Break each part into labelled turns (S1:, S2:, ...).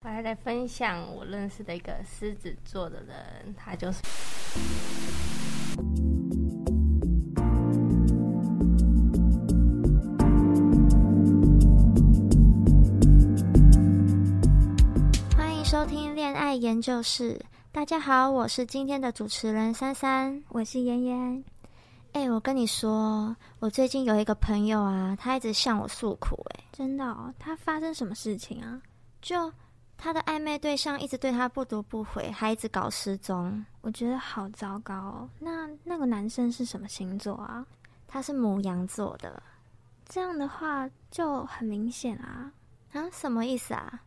S1: 我还在分享我认识的一个狮子座的人，他就是。
S2: 欢迎收听《恋爱研究室》。大家好，我是今天的主持人珊珊。
S3: 我是妍妍，
S2: 哎、我跟你说，我最近有一个朋友啊，他一直向我诉苦、哎，
S3: 真的哦，他发生什么事情啊？
S2: 就他的暧昧对象一直对他不读不回，还一直搞失踪。
S3: 我觉得好糟糕哦。那那个男生是什么星座啊？
S2: 他是母羊座的
S3: 这样的话就很明显啊，
S2: 啊？什么意思啊？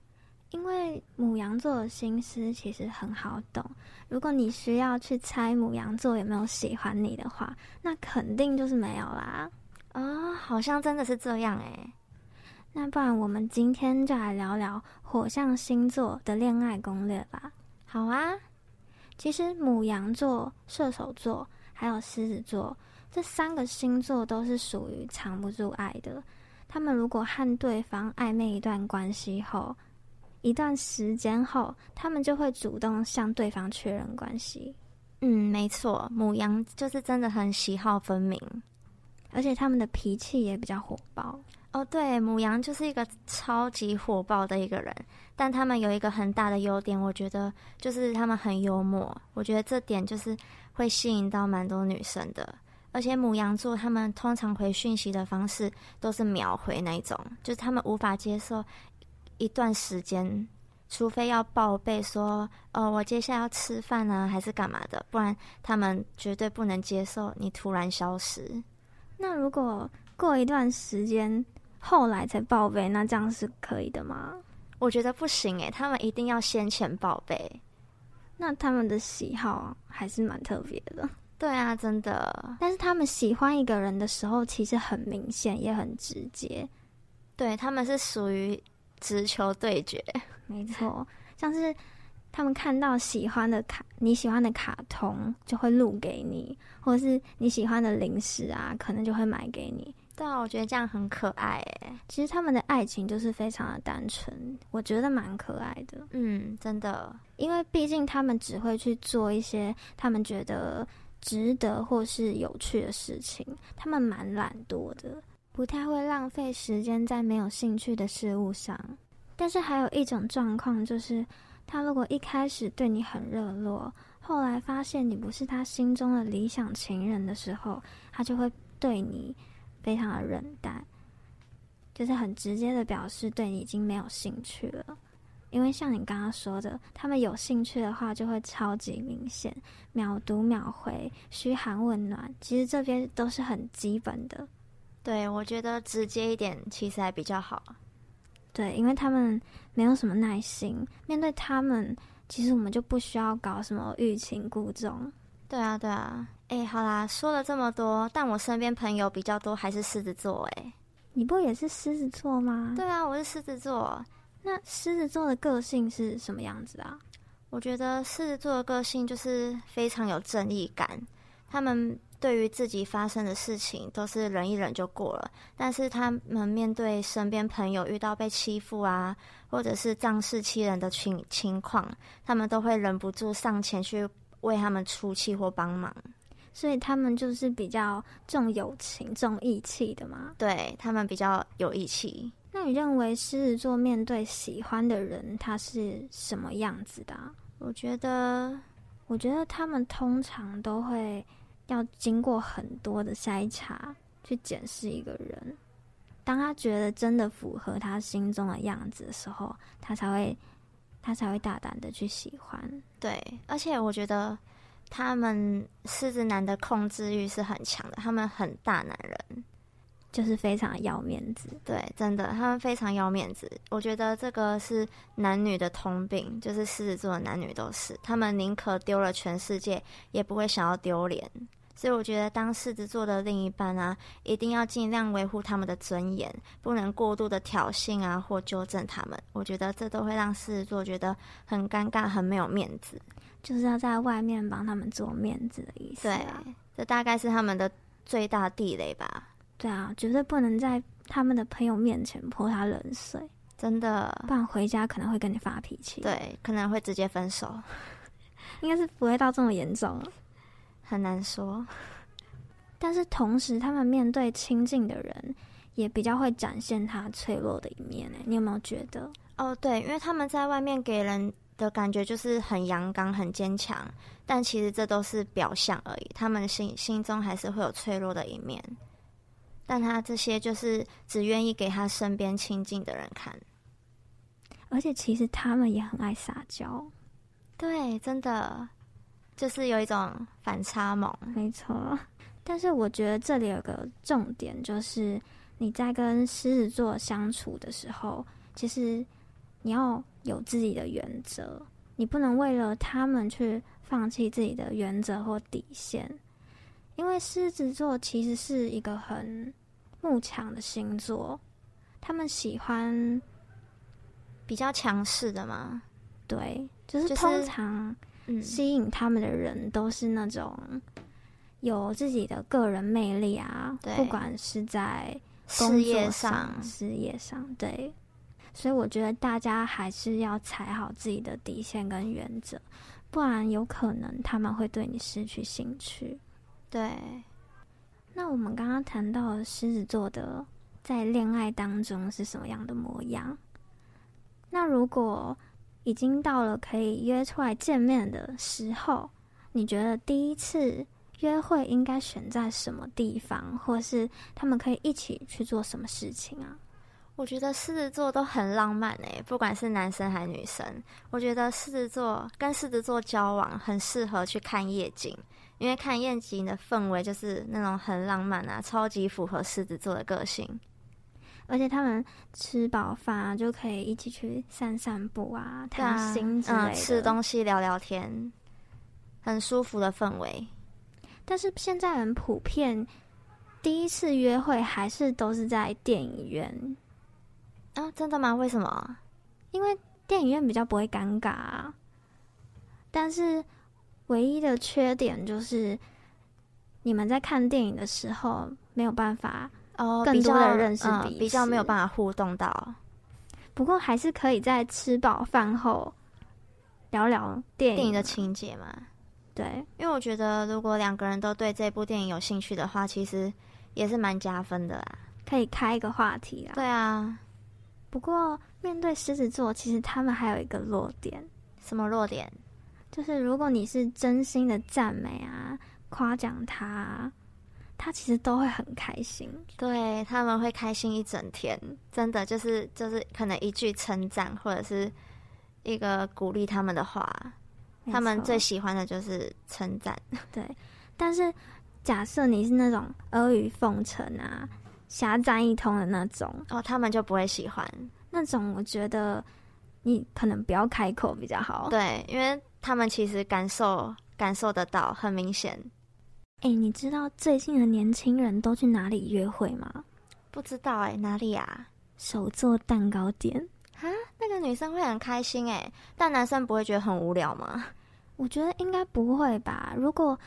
S3: 因为母羊座的心思其实很好懂。如果你需要去猜母羊座有没有喜欢你的话，那肯定就是没有啦。
S2: 啊、好像真的是这样、哎，
S3: 那不然我们今天就来聊聊火象星座的恋爱攻略吧。
S2: 好啊，
S3: 其实母羊座、射手座还有狮子座这三个星座都是属于藏不住爱的。他们如果和对方暧昧一段关系后，一段时间后，他们就会主动向对方确认关系，
S2: 嗯，没错，母羊就是真的很喜好分明。
S3: 而且他们的脾气也比较火爆。
S2: 哦，对，母羊就是一个超级火爆的一个人，但他们有一个很大的优点，我觉得就是他们很幽默，我觉得这点就是会吸引到蛮多女生的。而且母羊座他们通常回讯息的方式都是秒回那一种，就是他们无法接受一段时间，除非要报备说哦我接下来要吃饭啊还是干嘛的，不然他们绝对不能接受你突然消失。
S3: 那如果过一段时间后来才报备，那这样是可以的吗？
S2: 我觉得不行欸诶，他们一定要先前报备。
S3: 那他们的喜好还是蛮特别的。
S2: 对啊，真的，
S3: 但是他们喜欢一个人的时候，其实很明显，也很直接。
S2: 对他们是属于直球对决。
S3: 没错，像是他们看到喜欢的卡，你喜欢的卡通就会录给你，或者是你喜欢的零食啊，可能就会买给你。
S2: 对啊，我觉得这样很可爱欸诶。
S3: 其实他们的爱情就是非常的单纯，我觉得蛮可爱的。
S2: 嗯，真的，
S3: 因为毕竟他们只会去做一些他们觉得值得或是有趣的事情，他们蛮懒惰的，不太会浪费时间在没有兴趣的事物上。但是还有一种状况就是，他如果一开始对你很热络，后来发现你不是他心中的理想情人的时候，他就会对你非常的冷淡，就是很直接的表示对你已经没有兴趣了。因为像你刚刚说的，他们有兴趣的话就会超级明显，秒读秒回，嘘寒问暖，其实这些都是很基本的。
S2: 对我觉得直接一点其实还比较好。
S3: 对，因为他们没有什么耐心，面对他们，其实我们就不需要搞什么欲擒故纵。
S2: 对啊，对啊。哎，好啦，说了这么多，但我身边朋友比较多还是狮子座
S1: 嗯
S2: 哎。
S3: 你不也是狮子座吗？
S2: 对，啊，我是狮子座，
S3: 那狮子座的个性是什么样子啊？
S2: 我觉得狮子座的个性就是非常有正义感，他们对于自己发生的事情都是忍一忍就过了，但是他们面对身边朋友遇到被欺负啊，或者是仗势欺人的情情况，他们都会忍不住上前去为他们出气或帮忙。
S3: 所以他们就是比较重友情、重义气的嘛。
S2: 对他们比较有义气。
S3: 那你认为狮子座面对喜欢的人，他是什么样子的、啊？
S2: 我觉得
S3: 我觉得他们通常都会要经过很多的筛查去检视一个人。当他觉得真的符合他心中的样子的时候，他才会他才会大胆的去喜欢。
S2: 对，而且我觉得他们狮子男的控制欲是很强的，他们很大男人，
S3: 就是非常要面子。
S2: 对，真的，他们非常要面子。我觉得这个是男女的通病，就是狮子座的男女都是，他们宁可丢了全世界，也不会想要丢脸。所以我觉得，当狮子座的另一半啊，一定要尽量维护他们的尊严，不能过度的挑衅啊或纠正他们。我觉得这都会让狮子座觉得很尴尬、很没有面子。
S3: 就是要在外面帮他们做面子的意思、
S2: 对
S3: 啊。，
S2: 这大概是他们的最大地雷吧。
S3: 对啊，绝对不能在他们的朋友面前泼他冷水。
S2: 真的，
S3: 不然回家可能会跟你发脾气。，
S2: 对，可能会直接分手，
S3: 应该是不会到这么严重啊。
S2: 很难说。
S3: 但是同时，他们面对亲近的人，也比较会展现他脆弱的一面。哎，你有没有觉得？
S2: 哦，对，因为他们在外面给人的感觉就是很阳刚、很坚强，但其实这都是表象而已，他们心心中还是会有脆弱的一面。但他这些就是只愿意给他身边亲近的人看。
S3: 而且其实他们也很爱撒娇。
S2: 对，真的就是有一种反差萌。
S3: 没错，但是我觉得这里有个重点，就是你在跟狮子座相处的时候，其实你要有自己的原则，你不能为了他们去放弃自己的原则或底线，因为狮子座其实是一个很慕强的星座，他们喜欢
S2: 比较强势的嘛，
S3: 对，就是
S2: 就是
S3: 通常
S2: 嗯，
S3: 吸引他们的人都是那种有自己的个人魅力啊，
S2: 对
S3: 不管是在工
S2: 事业
S3: 作
S2: 上
S3: 上、事业上，对。所以我觉得大家还是要踩好自己的底线跟原则，不然有可能他们会对你失去兴趣。
S2: 对，
S3: 那我们刚刚谈到了狮子座的在恋爱当中是什么样的模样？那如果已经到了可以约出来见面的时候，你觉得第一次约会应该选在什么地方，或是他们可以一起去做什么事情啊？
S2: 我觉得狮子座都很浪漫诶、不管是男生还是女生，我觉得狮子座跟狮子座交往很适合去看夜景，因为看夜景的氛围就是那种很浪漫啊，超级符合狮子座的个性。
S3: 而且他们吃饱饭啊，就可以一起去散散步啊，谈心之类的。
S2: 嗯，吃东西聊聊天，很舒服的氛围。
S3: 但是现在很普遍，第一次约会还是都是在电影院，
S2: 啊，真的吗？为什么？
S3: 因为电影院比较不会尴尬、啊。但是唯一的缺点就是，你们在看电影的时候没有办法，
S2: 哦，
S3: 更
S2: 比
S3: 多
S2: 较
S3: 的认识
S2: 嗯
S3: 彼
S2: 比较没有
S3: 此
S2: 办法互动到。
S3: 不过还是可以在吃饱饭后聊聊电影
S2: 电影的情节嘛。
S3: 对。
S2: 因为我觉得，如果两个人都对这部电影有兴趣的话，其实也是蛮加分的啊啦。
S3: 可以开一个话题啊。
S2: 对啊，
S3: 不过面对狮子座，其实他们还有一个弱点，
S2: 什么弱点？
S3: 就是如果你是真心的赞美啊、夸奖他啊，他其实都会很开心。
S2: 对他们会开心一整天，真的就是就是可能一句称赞或者是一个鼓励他们的话，
S3: 没
S2: 他们
S3: 错
S2: 最喜欢的就是称赞。
S3: 但是假设你是那种阿谀奉承啊、侠占一通的那种，
S2: 哦，他们就不会喜欢。
S3: 那种我觉得你可能不要开口比较好。，
S2: 对，因为他们其实感受感受得到，很明显。
S3: 哎、你知道最近的年轻人都去哪里约会吗？
S2: 不知道哎、哪里啊？
S3: 手做蛋糕店。
S2: 那个女生会很开心哎、但男生不会觉得很无聊吗？
S3: 我觉得应该不会吧。如果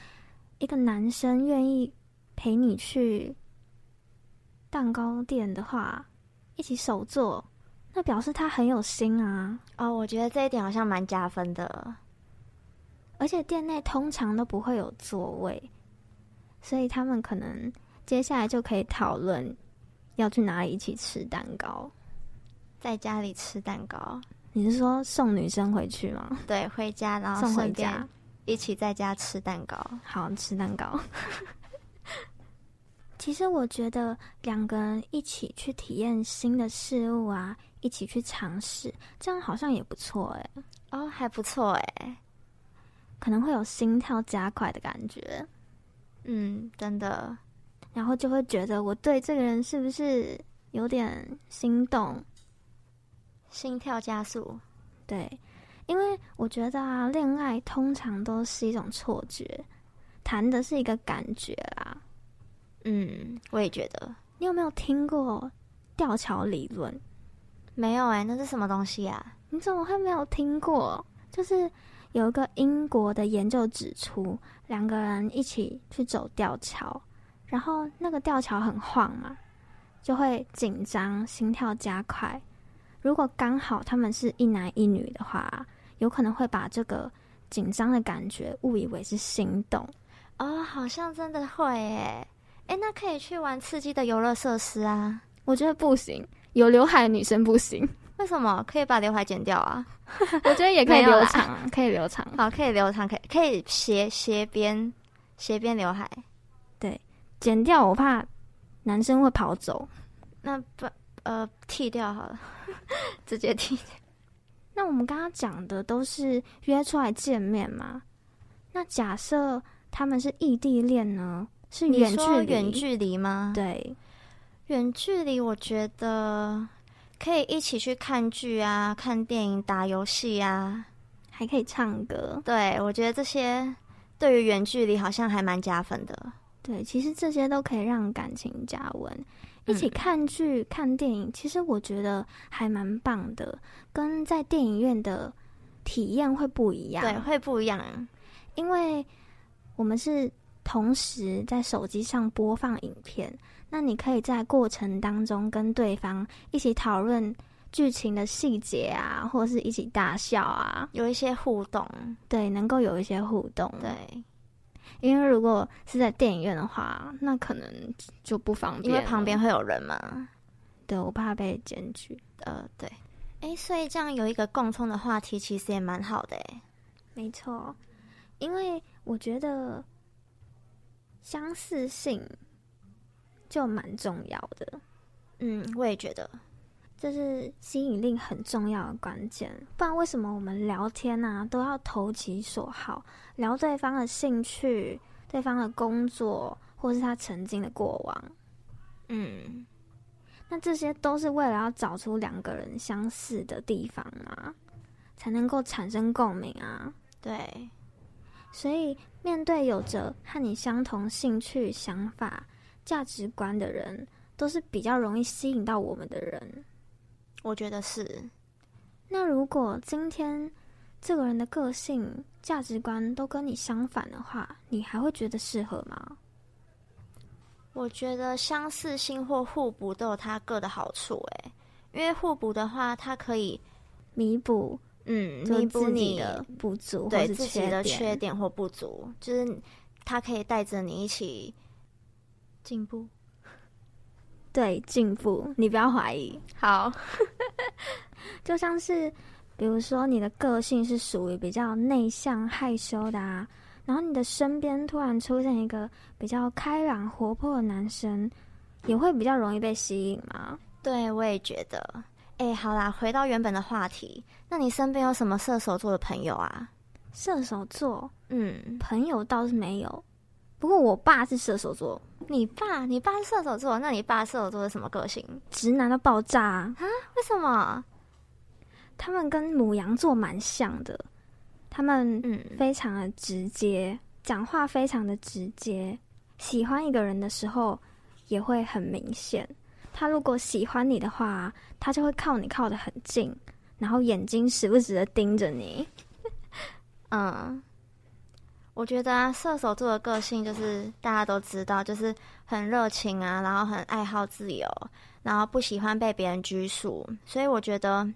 S3: 一个男生愿意陪你去蛋糕店的话，一起手做，那表示他很有心啊。
S2: 哦，我觉得这一点好像蛮加分的。
S3: 而且店内通常都不会有座位，所以他们可能接下来就可以讨论要去哪里一起吃蛋糕。
S2: 在家里吃蛋糕，
S3: 你是说送女生回去吗？
S2: 对，回家然后
S3: 送回
S2: 顺哦便
S3: 家，
S2: 一起在家吃蛋糕。
S3: 好吃蛋糕。 其实我觉得两个人一起去体验新的事物啊，一起去尝试，这样好像也不错哎、
S2: 哦，还不错哎、
S3: 可能会有心跳加快的感觉，
S2: 嗯，真的，
S3: 然后就会觉得我对这个人是不是有点心动？
S2: 心跳加速。
S3: 对，因为我觉得啊，恋爱通常都是一种错觉，谈的是一个感觉啦。
S2: 嗯，我也觉得
S3: 你有没有听过吊桥理论？
S2: 没有哎、那是什么东西啊？
S3: 你怎么会没有听过？就是有一个英国的研究指出，两个人一起去走吊桥，然后那个吊桥很晃嘛，就会紧张，心跳加快，如果刚好他们是一男一女的话，有可能会把这个紧张的感觉误以为是心动。
S2: 哦，好像真的会诶。哎，那可以去玩刺激的游乐设施啊？
S3: 我觉得不行，有刘海的女生不行。
S2: 为什么？可以把刘海剪掉 啊？
S3: 我觉得也可以
S2: 没有
S3: 留
S2: 啦
S3: 长啊，可以留长。
S2: 好，可以留长，可以可以斜斜边斜边刘海。
S3: 剪掉我怕男生会跑走。
S2: 那不呃剃掉好了， 直接剃。
S3: 那我们刚刚讲的都是约出来见面嘛？那假设他们是异地恋呢？是
S2: 你
S3: 远距
S2: 说
S3: 离？
S2: 远距离吗？
S3: 对，
S2: 远距离，我觉得可以一起去看剧啊、看电影、打游戏啊。
S3: 还可以唱歌。
S2: 对，我觉得这些对于远距离好像还蛮加分的。
S3: 对，其实这些都可以让感情加温。一
S2: 嗯
S3: 起看剧、看电影，其实我觉得还蛮棒的，跟在电影院的体验会不一样。
S2: 对，会不一样。
S3: 因为我们是同时在手机上播放影片，那你可以在过程当中跟对方一起讨论剧情的细节啊，或是一起大笑啊，
S2: 有一些互动，
S3: 对，能够有一些互动。，
S2: 对，
S3: 因为如果是在电影院的话，那可能就不方便
S2: 因
S3: 了，
S2: 为旁边会有人嘛，
S3: 对我怕被检举。
S2: 呃，对，哎，所以这样有一个共通的话题，其实也蛮好的，哎，
S3: 没错，因为我觉得相似性就蛮重要的。
S2: 嗯，我也觉得，
S3: 这是吸引力很重要的关键。不然为什么我们聊天啊都要投其所好，聊对方的兴趣、对方的工作，或是他曾经的过往？
S2: 嗯，
S3: 那这些都是为了要找出两个人相似的地方嘛，才能够产生共鸣啊。
S2: 对，
S3: 所以，面对有着和你相同兴趣、想法、价值观的人，都是比较容易吸引到我们的人。
S2: 我觉得是，
S3: 那如果今天这个人的个性、价值观都跟你相反的话，你还会觉得适合吗？
S2: 我觉得相似性或互补都有它各的好处，哎，因为互补的话，它可以，
S3: 弥补
S2: 嗯，
S3: 就
S2: 弥补
S3: 自己
S2: 你
S3: 的不足或
S2: 对
S3: 是
S2: 自己
S3: 缺
S2: 的
S3: 点，
S2: 缺点或不足，就是它可以带着你一起进步。
S3: 对进步，你不要怀疑。
S2: 好，
S3: 就像是，比如说你的个性是属于比较内向害羞的啊，然后你的身边突然出现一个比较开朗活泼的男生，也会比较容易被吸引吗？
S2: 对我也觉得，哎、好啦，回到原本的话题，那你身边有什么射手座的朋友啊？
S3: 射手座
S2: 嗯，
S3: 朋友倒是没有，不过我爸是射手座，
S2: 你爸，你爸是射手座，那你爸射手座是什么个性？
S3: 直男到爆炸、啊，
S2: 为什么？
S3: 他们跟母羊座蛮像的，他们
S2: 嗯，
S3: 非常的直接，讲话非常的直接，喜欢一个人的时候也会很明显。他如果喜欢你的话，他就会靠你靠得很近，然后眼睛时不时的盯着你。
S2: 嗯，我觉得啊，射手座的个性就是大家都知道，就是很热情啊，然后很爱好自由，然后不喜欢被别人拘束，所以我觉得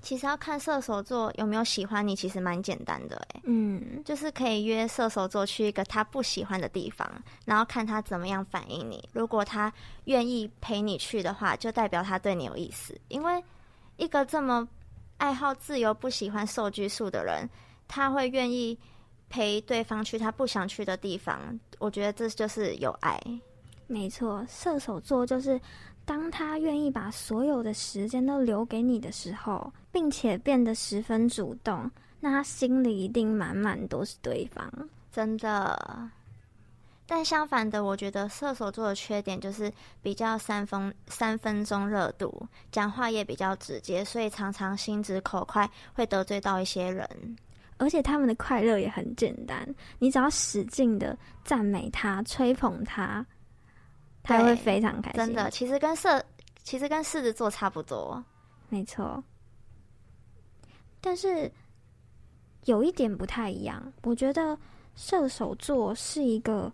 S2: 其实要看射手座有没有喜欢你，其实蛮简单的诶、
S3: 嗯，
S2: 就是可以约射手座去一个他不喜欢的地方，然后看他怎么样反应你。如果他愿意陪你去的话，就代表他对你有意思。因为一个这么爱好自由、不喜欢受拘束的人，他会愿意陪对方去他不想去的地方。我觉得这就是有爱。
S3: 没错，射手座就是当他愿意把所有的时间都留给你的时候，并且变得十分主动，那他心里一定满满都是对方。
S2: 真的。但相反的，我觉得射手座的缺点就是比较三分三分钟热度，讲话也比较直接，所以常常心直口快，会得罪到一些人。
S3: 而且他们的快乐也很简单，你只要使劲的赞美他、吹捧他，他
S2: 对
S3: 会非常开心。
S2: 真的，，其实跟射，其实跟狮子座差不多。
S3: 没错。但是有一点不太一样，我觉得射手座是一个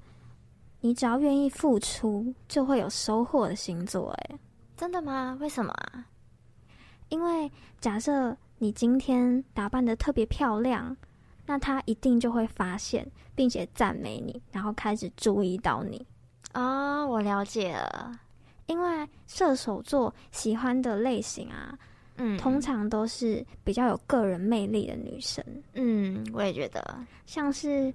S3: 你只要愿意付出就会有收获的星座。哎，
S2: 真的吗？为什么啊？
S3: 因为假设你今天打扮的特别漂亮，那他一定就会发现，并且赞美你，然后开始注意到你。
S2: 哦，我了解了。
S3: 因为射手座喜欢的类型啊，
S2: 嗯，
S3: 通常都是比较有个人魅力的女生，
S2: 嗯，我也觉得，
S3: 像是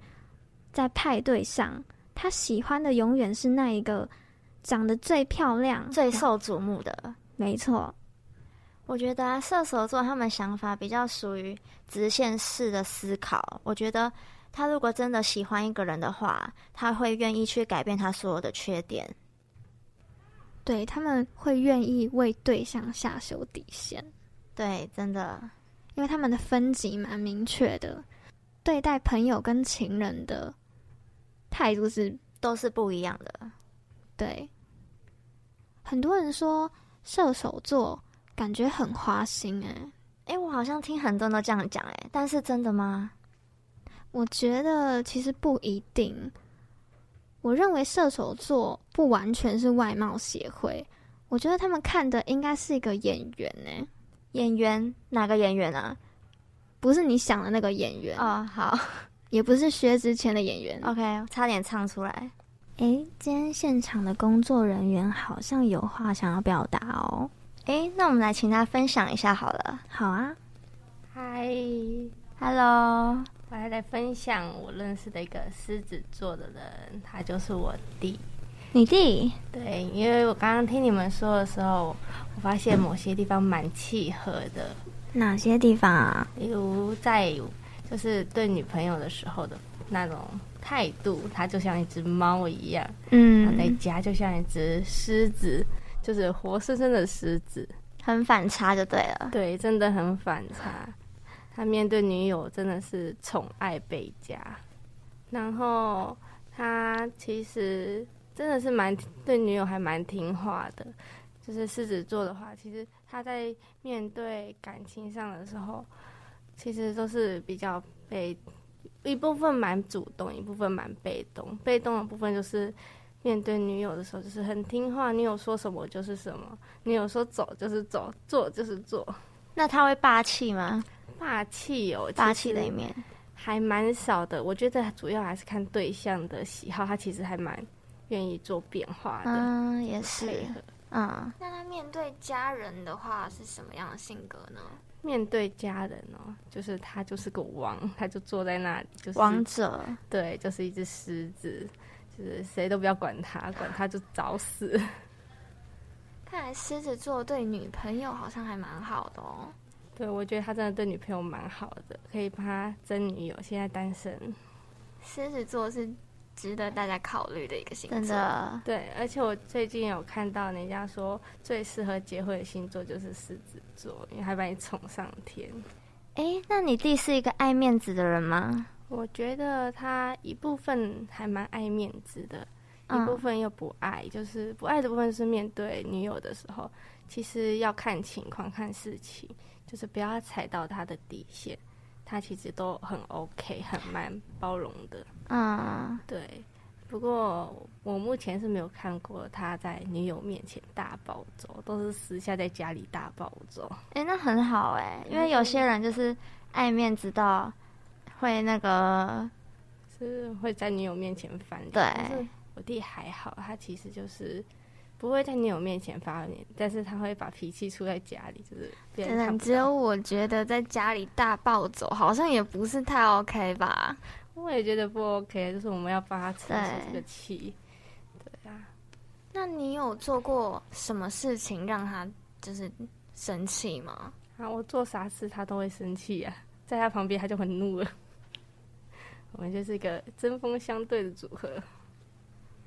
S3: 在派对上，他喜欢的永远是那一个长得最漂亮、
S2: 最受瞩目的。
S3: 没错，
S2: 我觉得啊、射手座他们想法比较属于直线式的思考。我觉得他如果真的喜欢一个人的话，他会愿意去改变他所有的缺点。
S3: 对他们会愿意为对象下修底线，
S2: 对，真的，
S3: 因为他们的分级蛮明确的，对待朋友跟情人的态度是
S2: 都是不一样的。
S3: 对。很多人说射手座感觉很花心、欸，哎，
S2: 诶，我好像听很多人都这样讲，诶，但是真的吗？
S3: 我觉得其实不一定。我认为射手座不完全是外貌协会，我觉得他们看的应该是一个演员欸呢、
S2: 演员哪个演员啊？
S3: 不是你想的那个演员，
S2: 哦， 好
S3: 也不是薛之谦的演员。
S4: 哦
S2: ，OK，差点唱出来。
S3: 诶，今天现场的工作人员好像有话想要表达哦。
S2: 诶，那我们来请他分享一下好了。
S3: 好啊，
S1: 嗨，
S2: Hello，
S1: 我还来分享我认识的一个狮子座的人，他就是我弟。
S3: 你弟，
S1: 对，因为我刚刚听你们说的时候，我发现某些地方蛮契合的，
S3: 哪些地方啊？
S1: 例如在就是对女朋友的时候的那种态度，他就像一只猫一样，他在
S3: 嗯，
S1: 家就像一只狮子，就是活生生的狮子。
S2: 很反差就对了。
S1: 对，真的很反差。他面对女友真的是宠爱倍加，然后他其实真的是蛮对女友还蛮听话的。就是狮子座的话，其实他在面对感情上的时候，其实都是比较被一部分蛮主动，一部分蛮被动。被动的部分就是面对女友的时候，就是很听话，女友说什么就是什么，女友说走就是走，做就是做，
S2: 那他会霸气吗？
S1: 霸气哦，
S2: 霸气的一面。
S1: 还蛮少的。我觉得主要还是看对象的喜好，他其实还蛮愿意做变化的。
S2: 嗯，也
S1: 配
S2: 是。
S1: 合
S2: 嗯，
S4: 那他面对家人的话是什么样的性格呢？
S1: 面对家人哦，就是他就是个王，他就坐在那里，就是
S2: 王者。
S1: 对，就是一只狮子，就是谁都不要管他，管他就找死。
S4: 看来狮子座对女朋友好像还蛮好的哦。
S1: 对，我觉得他真的对女朋友蛮好的，可以帮他争女友。现在单身，
S4: 狮子座是值得大家考虑的一个星座。
S2: 真，的，
S1: 对，而且我最近有看到人家说最适合结婚的星座就是狮子座，因为还把你宠上天。
S2: 诶，那你弟是一个爱面子的人吗？
S1: 我觉得他一部分还蛮爱面子的，一部
S2: 嗯，
S1: 分又不爱，就是不爱的部分是面对女友的时候，其实要看情况、看事情，就是不要踩到他的底线。他其实都很 OK，很蛮包容的。
S2: 嗯，
S1: 对，不过我目前是没有看过他在女友面前大暴走，都是私下在家里大暴走。
S2: 诶，那很好诶，因为有些人就是爱面子到会那个，
S1: 是会在女友面前翻脸。
S2: 对
S1: 但是我弟还好，他其实就是不会在女友面前发脸，但是他会把脾气出在家里，就是别人
S4: 真
S1: 看
S4: 的，
S1: 不
S4: 只有
S1: 到。
S4: 我觉得在家里大暴走好像也不是太 OK 吧。
S1: 我也觉得不 OK，就是我们要帮他承受这
S2: 对
S1: 个气。对啊，
S4: 那你有做过什么事情让他就是生气吗？
S1: 啊，我做啥事他都会生气呀、在他旁边他就很怒了。 我们就是一个针锋相对的组合。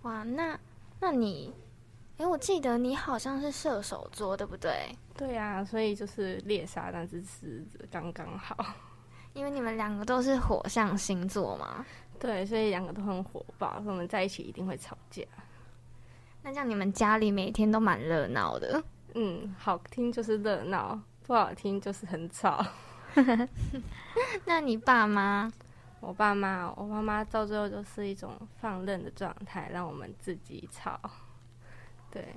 S4: 哇，那那你，诶，我记得你好像是射手座，对不对？
S1: 对啊，所以就是猎杀那只狮子刚刚好。
S4: 因为你们两个都是火象星座嘛。
S1: 对，所以两个都很火爆，所以我们在一起一定会吵架。
S4: 那这样你们家里每天都蛮热闹的。
S1: 嗯，好听就是热闹，不好听就是很吵。
S4: 那你爸妈
S1: 我爸妈，我妈妈到最后就是一种放任的状态，让我们自己吵。对，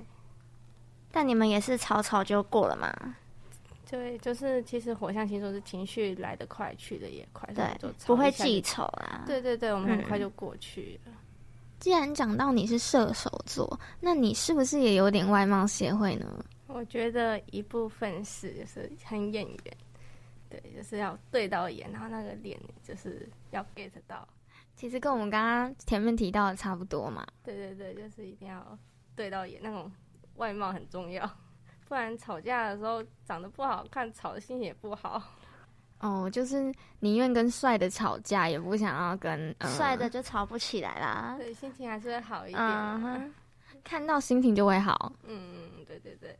S2: 但你们也是吵吵就过了嘛？
S1: 对，就是其实火象星座是情绪来得快，去得也快，所以
S4: 对
S1: 就，
S4: 不会
S1: 吵一
S4: 记
S1: 下
S4: 仇啦
S1: 就。，对对对，我们很快
S4: 嗯
S1: 就过去了。
S2: 既然讲到你是射手座，那你是不是也有点外貌协会呢？
S1: 我觉得一部分是就是很眼缘，对，就是要对到眼，然后那个脸就是要 get 到，
S2: 其实跟我们刚刚前面提到的差不多嘛。
S1: 对对对，就是一定要对到眼，那种外貌很重要，不然吵架的时候长得不好看，吵的心情也不 好。
S2: 哦，就是宁愿跟帅的吵架，也不想要跟、呃
S4: 帅
S1: 嗯
S4: 的就吵不起来啦。
S1: 对，心情还是会好一点、
S2: 嗯
S1: 啊。
S2: 哼，看到心情就会好。
S1: 嗯，对对对，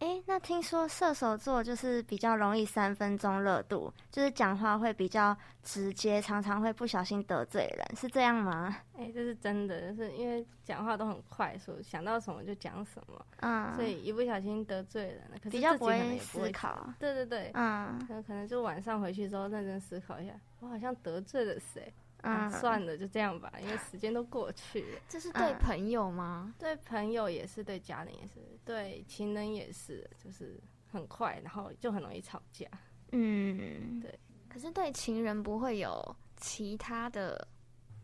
S4: 诶，那听说射手座就是比较容易三分钟热度，就是讲话会比较直接，常常会不小心得罪人，是这样吗？
S1: 哎、这是真的，就是因为讲话都很快速，想到什么就讲什么，
S4: 嗯，
S1: 所以一不小心得罪人了，可是
S4: 比较
S1: 自己
S4: 不
S1: 可能
S4: 会
S1: 也不
S4: 思
S1: 会。
S4: 考。
S1: 对对对，
S4: 嗯
S1: 那可能就晚上回去之后认真思考一下，我好像得罪了谁？啊
S4: 嗯，
S1: 算了，就这样吧，因为时间都过去了。
S2: 这是
S4: 对
S2: 对朋友吗？
S1: 对朋友也是，对家人也是，对情人也是，就是很快，然后就很容易吵架。
S4: 嗯，
S2: 可是对情人不会有其他的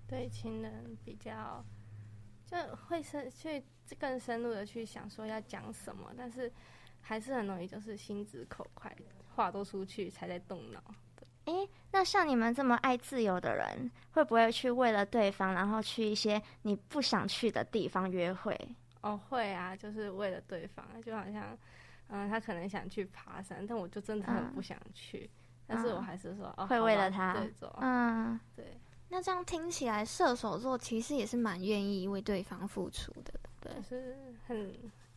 S1: 对情人比较就会深去更深入的去想说要讲什么，但是还是很容易就是心直口快，话都出去才在动脑。
S4: 那像你们这么爱自由的人，会不会去为了对方，然后去一些你不想去的地方约会？
S1: 哦，会啊，就是为了对方，啊就好像，嗯，他可能想去爬山，但我就真的很
S4: 嗯
S1: 不想去，但是我
S4: 嗯
S1: 还是说，哦，
S4: 会
S1: 好
S4: 为
S1: 吧
S4: 了他
S1: 对，走，
S4: 嗯，
S1: 对，
S2: 那这样听起来，射手座其实也是蛮愿意为对方付出的，对
S1: 就
S2: 不
S1: 是很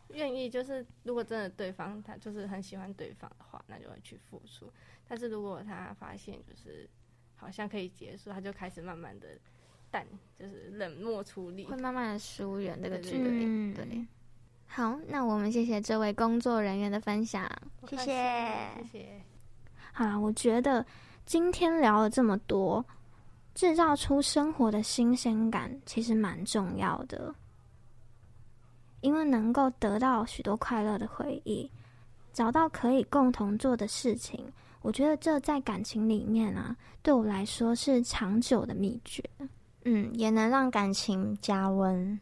S1: 愿意，就是如果真的对方他就是很喜欢对方的话，那就会去付出，但是如果他发现就是好像可以结束，他就开始慢慢的淡，就是冷漠处理
S2: 对？会，慢慢的疏远这个距离。
S4: 嗯
S2: 对。好，那我们谢谢这位工作人员的分享。
S1: 不
S4: 谢
S1: 客气
S4: 谢
S1: 谢谢。
S3: 好啦，我觉得今天聊了这么多，制造出生活的新鲜感其实蛮重要的，因为能够得到许多快乐的回忆，找到可以共同做的事情，我觉得这在感情里面啊，对我来说是长久的秘诀。
S4: 嗯，也能让感情加温。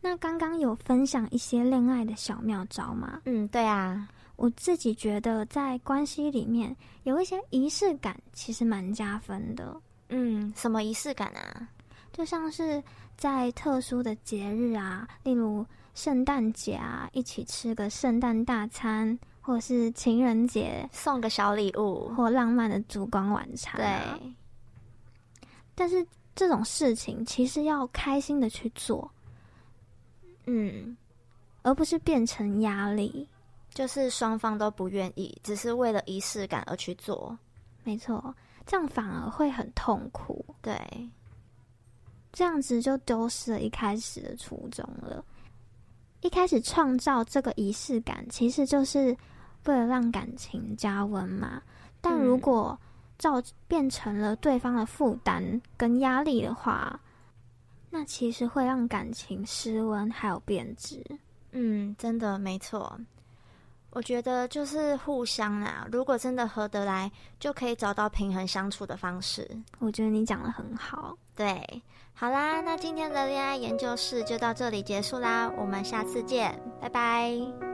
S3: 那刚刚有分享一些恋爱的小妙招吗？
S4: 嗯，对啊，
S3: 我自己觉得在关系里面有一些仪式感，其实蛮加分的。
S4: 嗯，什么仪式感啊？
S3: 就像是在特殊的节日啊，例如圣诞节啊，一起吃个圣诞大餐，或是情人节
S4: 送个小礼物。
S3: 或浪漫的烛光晚餐、啊。
S4: 对，
S3: 但是这种事情其实要开心的去做，
S4: 嗯，
S3: 而不是变成压力。
S4: 就是双方都不愿意，只是为了仪式感而去做。
S3: 没错，这样反而会很痛苦，
S4: 对，
S3: 这样子就丢失了一开始的初衷了。一开始创造这个仪式感，其实就是为了让感情加温嘛。但如
S4: 嗯
S3: 果造变成了对方的负担跟压力的话，那其实会让感情失温还有变质。
S4: 嗯，真的没错。我觉得就是互相啦，如果真的合得来，就可以找到平衡相处的方式。
S3: 我觉得你讲的很好，
S4: 对，好啦，那今天的恋爱研究室就到这里结束啦，我们下次见，拜拜。